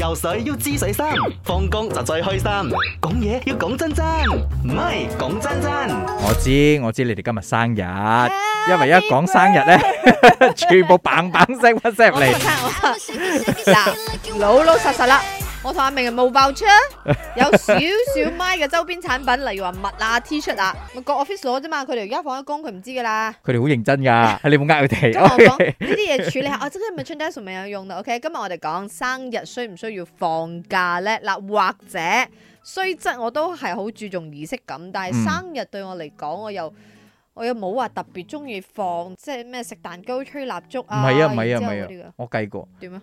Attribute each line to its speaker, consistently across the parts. Speaker 1: 游水要知水深，放工就最開心。講嘢要講真真，唔係講真真。
Speaker 2: 我知我知你哋今日生日，因為一講生日咧， 全部棒棒聲 WhatsApp 嚟。
Speaker 3: 嗱，老老實實啦， 我同阿明係冇爆出，有少少咪嘅周邊產品，例如話襪啊、T 恤啊，咪各 office 攞啫嘛。佢哋而家放咗工，佢唔知 噶啦。
Speaker 2: 佢哋好認真㗎， 你唔好呃佢
Speaker 3: 今日我講
Speaker 2: 哋。
Speaker 3: 呢啲嘢處理下，啊我真係 merchandise 咪有用啦。OK，今日啊我哋講生日需唔需要放假咧？嗱，或者雖則我都係好注重儀式感，但
Speaker 2: 嗯
Speaker 3: 係生日對我嚟講，我又我又冇話特別中意放，即係咩食蛋糕、吹蠟燭
Speaker 2: 唔
Speaker 3: 啊。
Speaker 2: 係啊，唔係啊，
Speaker 3: 然
Speaker 2: 唔
Speaker 3: 之後嗰
Speaker 2: 係
Speaker 3: 啲㗎
Speaker 2: 啊，我計過，
Speaker 3: 點啊？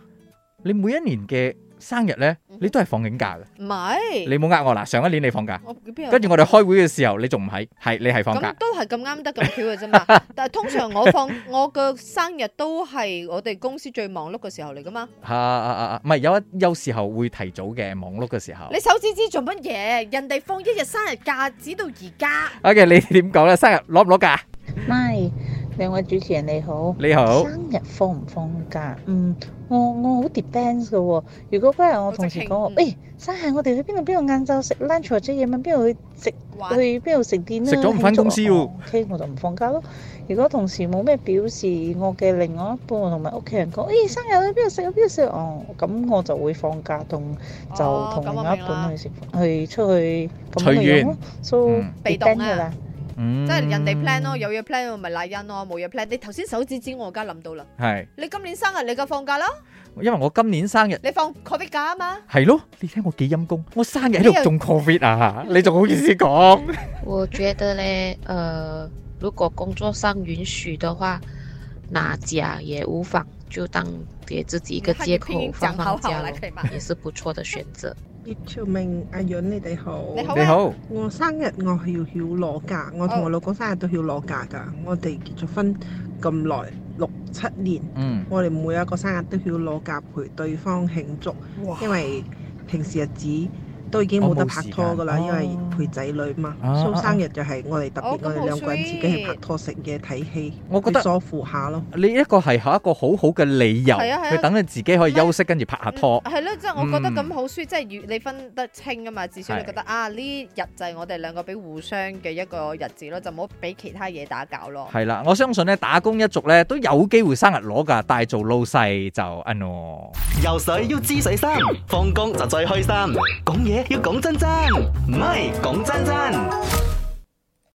Speaker 2: 你每一年嘅生日咧，
Speaker 3: 嗯哼
Speaker 2: 你都係放緊假嘅。
Speaker 3: 唔係，
Speaker 2: 你冇呃我嗱，上一年你放假，
Speaker 3: 我邊有
Speaker 2: 跟住我哋開會嘅時候你仲唔係，係你係放假
Speaker 3: 咁。都係咁啱得咁巧嘅啫嘛。 但係通常我放我嘅生日都係我哋公司最忙碌嘅時候嚟噶嘛。
Speaker 2: 啊啊啊啊！唔係有一有時候會提早嘅，忙碌嘅時候。
Speaker 3: 你手指指做乜嘢？人哋放一日生日假，指到而家。
Speaker 2: OK，你點講咧？生日攞唔攞假？
Speaker 4: 咪，兩位主持人你好。
Speaker 2: 你好，
Speaker 4: 生日放唔放假？嗯，我我好 depends 嘅喎。如果嗰日我同事講
Speaker 3: 好
Speaker 4: 我，
Speaker 3: 即興嗯
Speaker 4: 喂、生日我哋去邊度邊度晏晝食 lunch 或者夜晚邊度去食
Speaker 3: 玩
Speaker 2: 嗯
Speaker 4: 去邊度食 dinner
Speaker 2: 食咗唔返公司喎
Speaker 4: O K，我就唔放假咯。如果同事冇咩表示，我嘅另外一半同埋屋企人講，誒、生日去邊度食去邊度食？哦，咁我就會放假同
Speaker 3: 哦
Speaker 4: 就同另外一半去食去出去咁
Speaker 2: 隨
Speaker 4: 樣
Speaker 2: 緣
Speaker 4: 樣咯。So
Speaker 2: 嗯
Speaker 3: 被動啊
Speaker 4: depend 㗎啦。
Speaker 2: 嗯
Speaker 3: 即係人哋 plan 咯，有嘢 plan 我咪賴恩咯，冇嘢 plan。你頭先手指指我而家諗到啦，
Speaker 2: 係，
Speaker 3: 你今年生日你嘅放假啦，
Speaker 2: 嗯因為我今年生日
Speaker 3: 你放 covid 假啊嘛。
Speaker 2: 係咯，你睇我幾陰功，我生日喺度中 covid 啊，你仲好意思講？
Speaker 5: 我觉得嘞，呃，如果工作上允许的话，拿假也无妨，就当给自己一个
Speaker 3: 你看
Speaker 5: 借
Speaker 3: 你拼
Speaker 5: 口
Speaker 3: 音讲
Speaker 5: 放放
Speaker 3: 好
Speaker 5: 假
Speaker 3: 好啦，
Speaker 5: 咯，
Speaker 3: 佢嘛。
Speaker 5: 也是不错的选择。
Speaker 6: 葉朝明、阿潤，你哋好。
Speaker 3: 你好哦
Speaker 2: 你好，
Speaker 6: 我生日我係要要攞假，我同我老公生日都要攞假㗎。我哋結咗婚咁耐，六七年，
Speaker 2: 嗯，
Speaker 6: 我哋每一個生日都要攞假陪對方慶祝，因為平時日子都已經冇得拍拖㗎啦，
Speaker 2: 我冇時間哦
Speaker 6: 因為陪仔女嘛。
Speaker 2: 啊
Speaker 6: 所
Speaker 2: 啊
Speaker 6: 以生日就係我哋特別，
Speaker 3: 哦咁
Speaker 6: 我哋兩個人自己
Speaker 3: 好
Speaker 6: 係拍
Speaker 3: sweet
Speaker 6: 拖食嘢睇戲，
Speaker 2: 我覺得
Speaker 6: 去疏乎下咯。
Speaker 2: 你一個係有一個好好嘅理由，
Speaker 3: 係啊係啊
Speaker 2: 去等你自己可以休息，跟住拍下拖
Speaker 3: 嗯。係咯，即係我覺得
Speaker 2: 嗯
Speaker 3: 咁好舒，即係與你分得清噶嘛。至少你
Speaker 2: 係
Speaker 3: 覺得啊，呢日就係我哋兩個俾互相嘅一個日子咯，就唔好俾其他嘢打攪咯。
Speaker 2: 係啦，我相信咧打工一族咧都有機會生日攞㗎，但係做老細就嗯喎。
Speaker 1: 游水要知水深，放工就最開心。講嘢要講真真，唔係講真真。